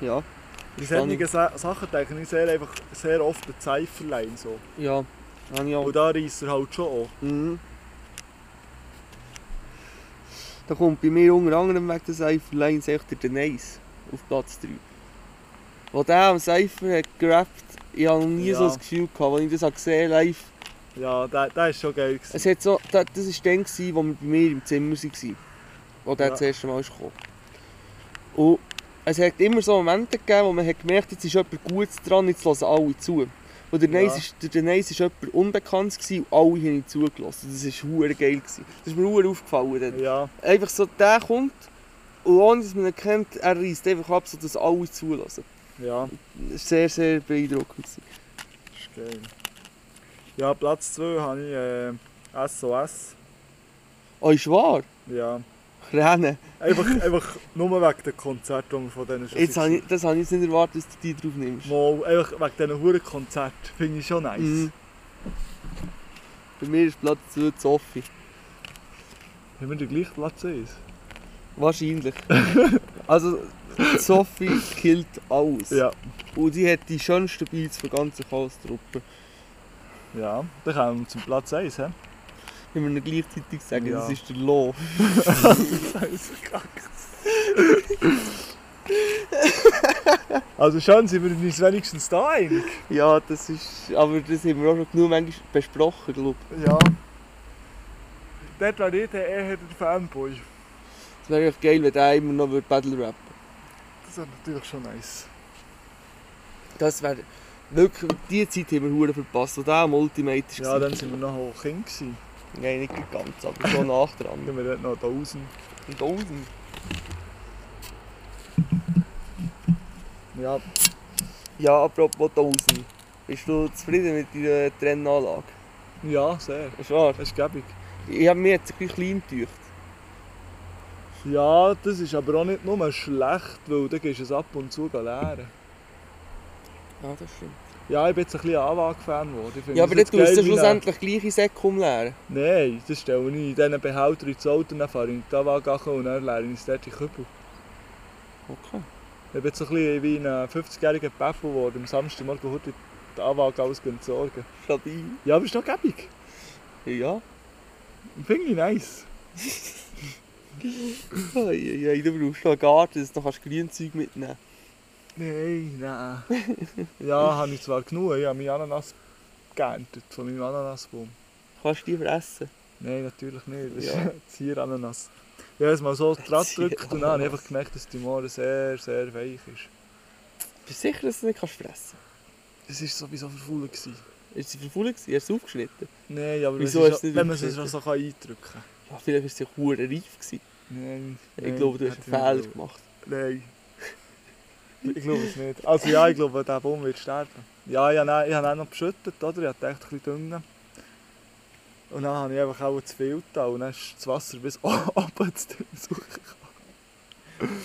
Ja, In Spannend. solchen Sa Sachen denke ich sehr, einfach sehr oft an die Cypherline. So. ja, habe ich auch. Und da reisst er halt schon an. Mhm. Da kommt bei mir unter anderem wegen der Cypher Lines echt der Denise auf Platz 3. Wo der am Cypher hat gerappt, ich habe noch nie Ja. so ein Gefühl gehabt, als ich das habe gesehen live. Ja, der, der ist schon geil. Gewesen. Es hat so, da- das war dann, gewesen, wo wir bei mir im Zimmer waren. Wo der Ja. das erste Mal ist gekommen Und es hat immer so Momente gegeben, wo man hat gemerkt hat, jetzt ist jemand Gutes dran, jetzt hören alle zu. Und Und der Neis Ja. ist, der- der Neis ist jemand Unbekanntes gewesen und alle haben ihm zugelassen. Das ist hure geil. Gewesen. Das ist mir hure aufgefallen. Dann. Ja, Einfach so, der kommt und ohne dass man ihn kennt, er reißt einfach ab, sodass alle zulassen. ja, Das war sehr, sehr beeindruckend. Gewesen. das ist geil. Ja, Platz 2 habe ich äh, SOS. Oh, ist wahr? Ja. Rennen. Einfach, einfach nur wegen den Konzerten, die wir von denen schon Jetzt habe ich, das habe ich jetzt nicht erwartet, dass du die drauf nimmst. Mal, einfach wegen diesen Hurenkonzerten finde ich schon nice. Mhm. Bei mir ist Platz 2 Sophie. Haben wir den gleichen Platz 1? Wahrscheinlich. also, Sophie killt alles. Ja. Und sie hat die schönsten Beats von der ganzen Chaos-Truppe. Ja, dann kommen wir zum Platz 1, hä? Wenn wir ihnen gleichzeitig sagen, Ja. das ist der Law. Also schön, sind wir uns wenigstens da einig. Ja, das ist. Aber das haben wir auch schon genug manchmal besprochen, glaube Ja. Dort war ich der eher der Fanboy. ich. Es wäre echt geil, wenn der immer noch würde Battle rappen Das wäre natürlich schon nice. Das wäre. Wirklich, die Zeit haben wir Huren verpasst, als der am Ultimate war. Ja, dann sind wir noch hoch Kind gewesen. Nein, nicht ganz, aber so nach dran. Dann wir dort noch 1000. Und außen. Ja. Ja, apropos 1000. Bist du zufrieden mit deiner Trennanlage? Ja, sehr. Ist wahr? Das ist gäbig. Ich habe mir jetzt ein bisschen klein getaucht. Ja, das ist aber auch nicht nur schlecht, weil dann gehst du es ab und zu leeren. Ja, das stimmt. Ja, ich bin jetzt ein bisschen Anwag-Fan geworden. Ich finde Ja, das aber jetzt jetzt tust du geil, wie er- schlussendlich gleich in den Säck umleeren. Nein, das stelle ich in diesen Behälter ins Auto, dann fahre ich in die Tavagache und dann leere ich es dort in den Kübel. Okay. Ich bin jetzt so ein bisschen wie ein 50-jähriger Päffel geworden, am Samstagmorgen heute die Anwage alles entsorgen. Stabil. Ja, aber ist noch gäbig. Ja. Finde ich nice. Eieiei, du brauchst noch einen Garten, dass du noch Grünzeug mitnehmen Nein, nein. ja, habe ich zwar genug, ich habe meine Ananas geerntet von meinem Ananasbaum. kannst. Kannst du die fressen? Nein, natürlich nicht, das Ja. ist Zierananas. Ich habe es mal so dran gedrückt und dann habe ich Zierananas. einfach gemerkt, dass die Moore sehr, sehr weich ist. Bist du sicher, dass du nicht kannst fressen Es war sowieso verfault. gewesen. kannst? Ist sie verfault gewesen? Hast du sie aufgeschnitten? Nein, aber Wieso es hast ist, du ja- nicht wenn man es so aufgeschnitten? so kann eindrücken kann. Ja, vielleicht war sie hure reif. Gewesen. Nein. Ich nein, glaube, du hast hätte einen ich Fehler nicht wollen. gemacht. Nein. Ich glaube es nicht. Also ja, ich glaube, der Baum wird sterben. Ja, ich habe, ihn- ich habe ihn auch noch beschüttet, oder? Ich hatte echt ein bisschen dünner. Und dann habe ich einfach auch zu viel getan und dann ist das Wasser bis oben zu dünn gesucht.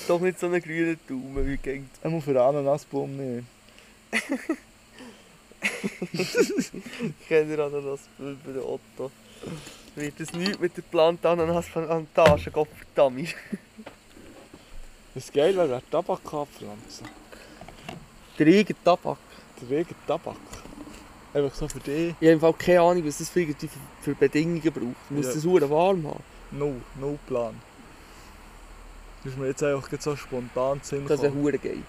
Doch nicht so einen grünen Daumen, wie gegen Einmal für einen Ananasbaum nicht. die Kinder Ananas über den Otto. Wird das nichts mit der Plant Ananas von Plantage, Gott verdammt. Das Geile wäre der Tabak anpflanzen. Der eigene Tabak. Der Regen Tabak. Einfach so für dich. Ich habe im Fall keine Ahnung, was das für, irgendwie für Bedingungen braucht. Muss Ja. das hure warm haben? No, no Plan. Das ist mir jetzt einfach gerade so spontan zu Sinn Das wäre gekommen. hure geil.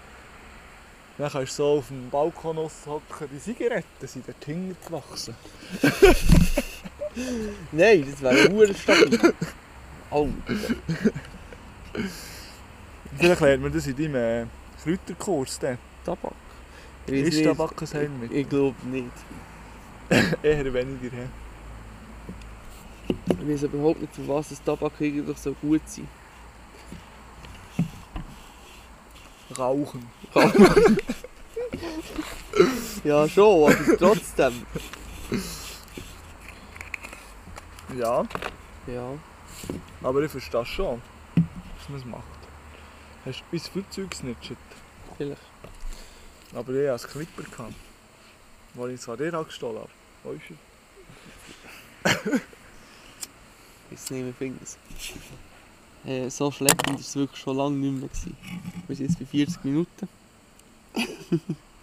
Dann kannst du so auf dem Balkon hocken, die Zigaretten sind dort hinten gewachsen. Nein, das wäre hure stabil. Alter. Vielleicht lernt man das in deinem äh, Kräuterkurs. Dann. Tabak. Ich weiss Ist nicht. Tabak ein Heilmittel? Ich glaube nicht. Eher weniger. hä? Ich weiß überhaupt nicht, für was das Tabak eigentlich so gut sein Rauchen. kann. ja, schon, aber trotzdem. Ja, Ja. aber ich verstehe schon, dass man es macht. Hast du uns viel Zeug gesnitcht? Vielleicht. Aber ich hatte einen Clipper. Gehabt, den ich zwar dir angestohlen habe. Wo ist er? Jetzt nehmen wir Fingers. Äh, so schleppend war es wirklich schon lange nicht mehr. Gewesen. Wir sind jetzt bei 40 Minuten.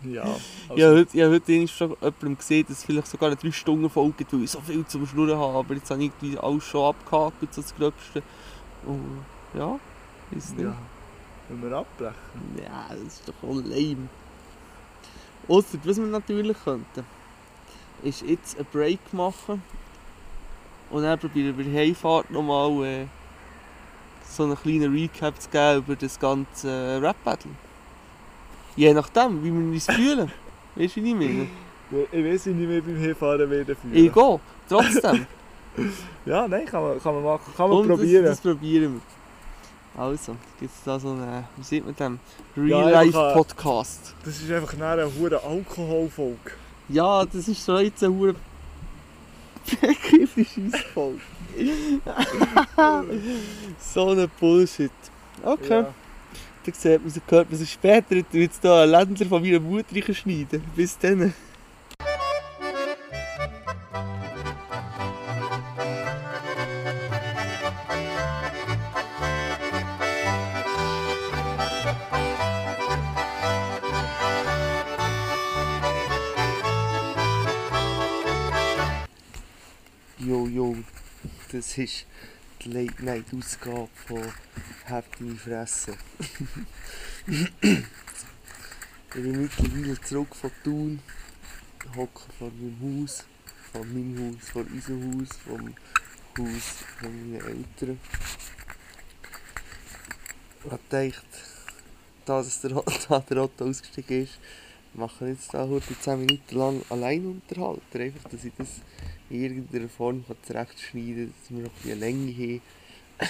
Ja. Also, Ich habe heute, ich habe heute irgendwann schon jemandem gesehen, dass es vielleicht sogar eine 3-Stunden-Folge gibt, weil ich so viel zum Schnurren habe. Aber jetzt habe ich irgendwie alles schon abgehakt, so das Gröbste. Und ja, ist nicht. ja. Ja. Wenn wir abbrechen. das ist doch voll lame. Ausser, was wir natürlich könnten, ist jetzt einen Break machen und dann probieren wir bei der Heimfahrt nochmal äh, so einen kleinen Recap zu geben über das ganze äh, Rap-Battle. Je nachdem, wie wir uns fühlen. Weißt du, wie ich meine? Ich weiß nicht mehr beim Hinfahren wieder Ich gehe, trotzdem. Ja, nein, kann man, kann man machen. Kann man Komm, probieren. Das, das probieren wir. Also, gibt es da so einen, wie sieht man dem? Ja, Real Life einfach, äh, Podcast. Das ist einfach nachher eine hure Alkoholfolge. Ja, das ist schon jetzt eine hure vergriffene Scheissfolge. so ein Bullshit. Okay, Ja. dann sieht man, hört man sich später. Ich tu jetzt hier einen Ländler von meiner Mutter schneiden. Bis dann. Jo, jo, das ist die Late Night Ausgabe von Habt deine Fresse. ich bin mittlerweile zurück von Thun, hocke vor meinem Haus, von meinem Haus, von unserem Haus, vom Haus von meinen Eltern. Ich habe gedacht, da dass der Otto, da der Otto ausgestiegen ist, mache ich jetzt da heute 10 Minuten lang Alleinunterhalt. Einfach, dass ich das in irgendeiner Form kann zurechtschneiden dass wir noch ein bisschen Länge haben.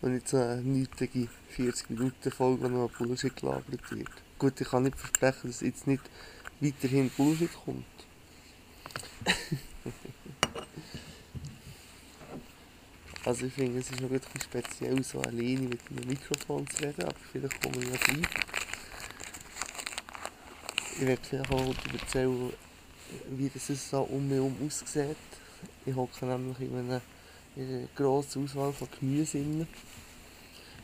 Und nicht so eine nötige 40 Minuten Folge, die noch Bullshit gelabert wird. Gut, ich kann nicht versprechen, dass jetzt nicht weiterhin Bullshit kommt. also ich finde, es ist noch ein bisschen speziell, so alleine mit einem Mikrofon zu reden, aber vielleicht kommen wir noch rein. Ich werde vielleicht auch heute erzählen, wie das es so um mich herum aussieht. Ich hocke nämlich in einer, in einer grossen Auswahl von Gemüse inne.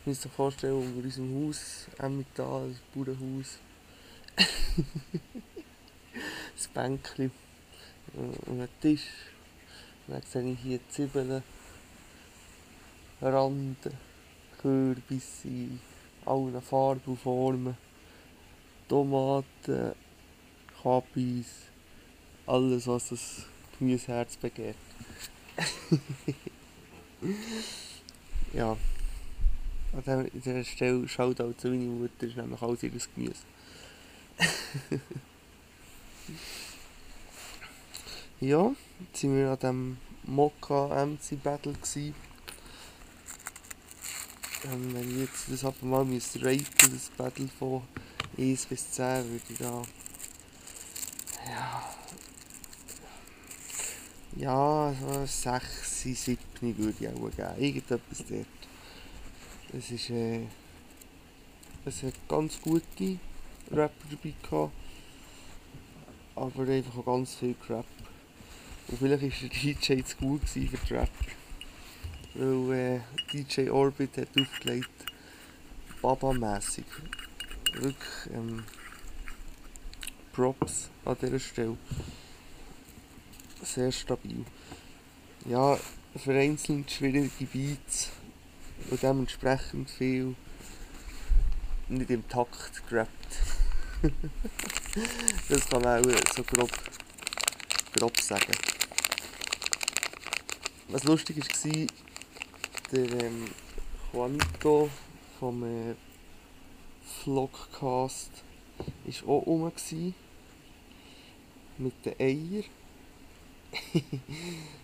Ich muss mir vorstellen, unter unserem Haus, Emmental, das Bauernhaus, das Bänkchen äh, und ein Tisch. Und dann sehe ich hier Zwiebeln, Randen, Kürbisse, in allen Farben und Formen. Tomaten, Kabis, alles was das Gemüseherz begehrt. ja. An der- an dieser Stelle schaut auch zu meiner Mutter, ist nämlich alles ihr Gemüse. ja, jetzt waren wir an diesem Mokka-MC-Battle. gewesen. Ähm, wenn ich jetzt das ab und mal müsste raten das Battle von 1 bis 10 würde ich da. Ja. Ja, so 6, 7 würde ich auch geben. Irgendetwas dort. Es ist. Äh, es hat ganz gute Rapper dabei gehabt. Aber einfach auch ganz viel Crap. Und vielleicht war der DJ zu gut gewesen für die Rap. Weil äh, DJ Orbit hat aufgelegt. Baba-mässig wirklich ähm, Props an dieser Stelle. Sehr stabil. Ja, vereinzelt schwierige Beats und dementsprechend viel nicht im Takt gerappt. das kann man auch so grob, grob sagen. Was lustig war, der ähm, Juanito vom äh, Vlogcast ist auch rum. gsi. Mit den Eier.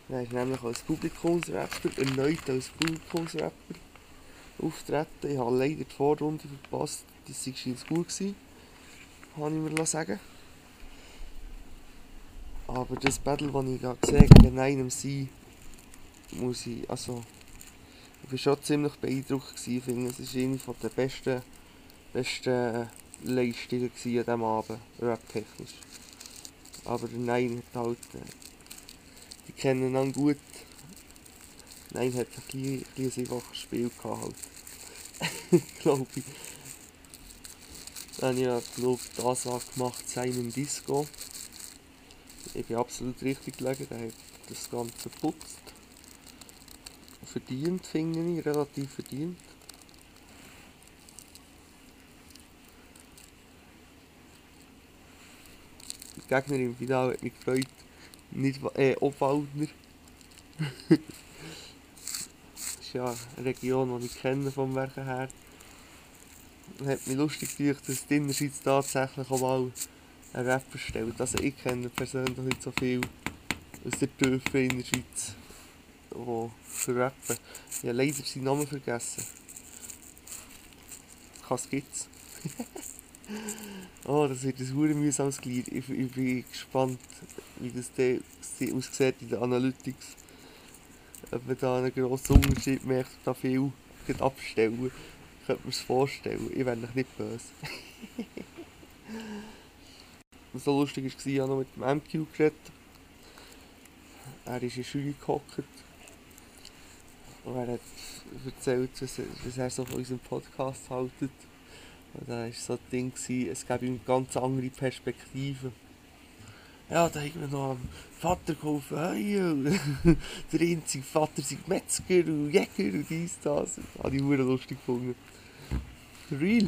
er ist nämlich als Publikumsrapper, erneut als Publikumsrapper auftreten. Ich habe leider die Vorrunde verpasst, das war scheint gut gewesen. Habe ich mir sagen Aber das Battle, das ich da gesehen habe, in einem sein, muss ich, also... Ich war schon ziemlich beeindruckt, gewesen. ich finde, es ist eine der besten besten Leistungen gsi an diesem Abend, rap-technisch. Aber der Nein hat halt... äh, Die kennen ihn gut. Nein hat ein klein- kleines einfaches Spiel gehabt halt. Glaube ich. Dann habe ich ja glaub, die Ansage gemacht, seinen Disco. Ich bin absolut richtig gelegen, der hat das Ganze geputzt. Verdient, finde ich, relativ verdient. Die Gegner im Finale hat mich gefreut. Nicht Wa- äh, Obwaldner. ist ja eine Region, die ich kenne vom Werken her. hat mich lustig gedacht, dass die Innerschweiz tatsächlich auch mal einen Rapper stellt. Also ich kenne persönlich nicht so viel aus der Dörfer in Oh, der Schweiz, die für rappen. Ich habe leider seinen Namen vergessen. Was gibt's? oh, das wird ein hure mühsames Glied. Ich, ich bin gespannt, wie das dann aussieht in den Analytics. Ob man da einen grossen Unterschied merkt und da viel gleich abstellen. Könnte man es vorstellen. Ich wäre nicht böse. Was so lustig war, ich habe noch mit dem MQ geredet. Er ist in die Schule gehockt. Und er hat erzählt, was er, was er so von unserem Podcast haltet. Und da war so ein Ding, gewesen, es gäbe ihm ganz andere Perspektiven. Ja, da haben wir noch am Vater geholfen, hey, der einzige Vater sei Metzger und Jäger und dies, das. Habe ich hure lustig gefunden. Real.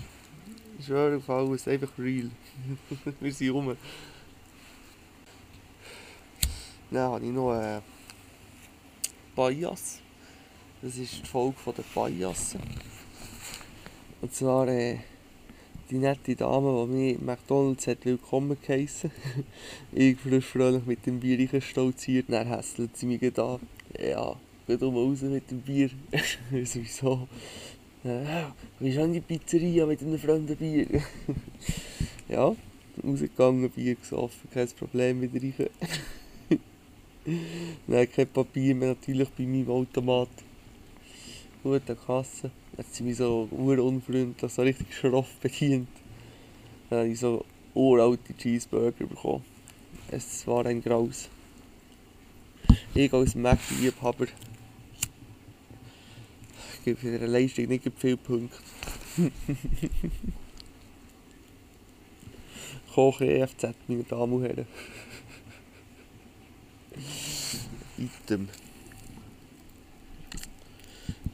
Ich schwöre auf alles, einfach real. wir sind rum. Dann habe ich noch äh, Bias. Das ist die Folge von der Biassen. Und zwar äh, die nette Dame, die mich in McDonalds hat willkommen geheissen Ich frisch fröhlich mit dem Bier reingestolziert, dann hässelt sie mich gleich an. Ja, geht um raus mit dem Bier. Sowieso. Ja, wir sind in die Pizzeria mit einem fremden Bier. ja, rausgegangen, Bier gesoffen, kein Problem wieder rein. Nein, kein Papier mehr, natürlich bei meinem Automat. Gut, an der Kasse. Hat sie mich so urunfreundlich, so richtig schroff bedient. Dann habe ich so uralte Cheeseburger bekommen. Es war ein Graus. Ich als Mac-Liebhaber gebe für ihre Leistung nicht gerade viele Punkte. Koch EFZ, meine Damen und Herren. Item.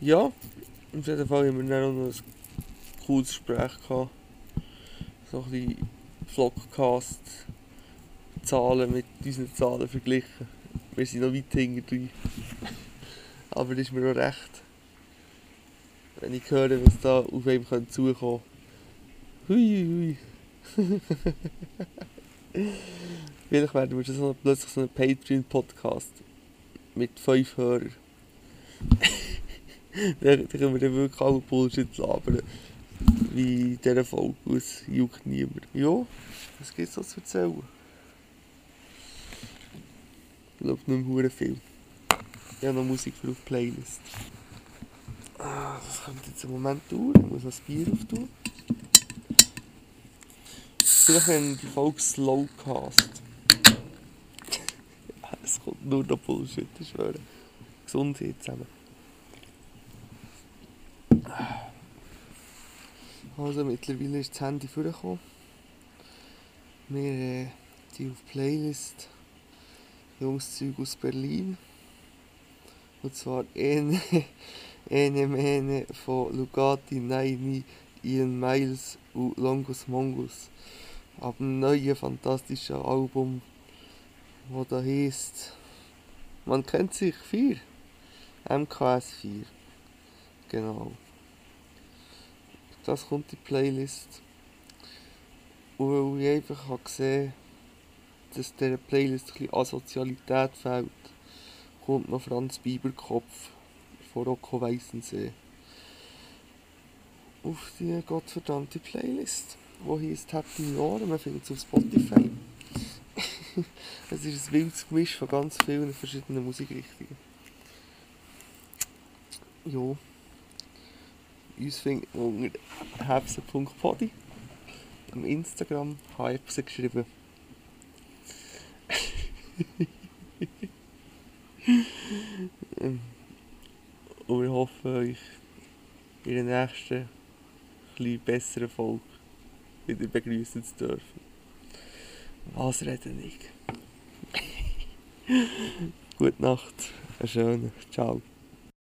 Ja, auf jeden Fall haben wir dann auch noch ein cooles Gespräch gehabt. So ein bisschen Vlogcast. Zahlen mit unseren Zahlen verglichen. Wir sind noch weit hinten drin. Aber das ist mir auch recht. Wenn ich höre, was da auf einem könnte zukommen Hui, hui. Vielleicht werden wir so plötzlich so einen Patreon-Podcast mit fünf Hörern. da, da können wir dann wirklich alle Bullshit labern. Wie in dieser Folge, es juckt niemand. Ja, was gibt es noch zu erzählen? Ich glaube nicht mehr verdammt viel. Ich habe noch Musik für auf die Playlist. Ah, das kommt jetzt einen Moment dauern, ich muss noch das Bier auftun. Vielleicht nennen wir die Folge Slowcast. Es kommt nur noch Bullshit, ich schwöre. Gesundheit zusammen. Also mittlerweile ist das Handy vorgekommen. Wir äh, die auf Playlist Jungs Zeug aus Berlin. Und zwar Ene, Ene Mene von Lugati, Naini, Ian Miles und Longus Mongus. Ab dem neuen fantastischen Album, wo da heißt Man kennt sich 4. MKS 4. Genau. Das kommt in die Playlist. Und weil ich einfach habe gesehen dass dieser Playlist ein bisschen Asozialität fehlt, kommt noch Franz Bieberkopf von Rocco Weissensee auf die gottverdammte Playlist, wo heisst Happy Jahre, man findet es auf Spotify. es ist ein wildes Gemisch von ganz vielen verschiedenen Musikrichtungen. Jo. Uns findet man unter hebse.podi am Instagram hebse geschrieben. Ähm, Und wir hoffen euch in der nächsten, etwas besseren Folge wieder begrüßen zu dürfen. Was rede ich? Gute Nacht, einen schönen, ciao.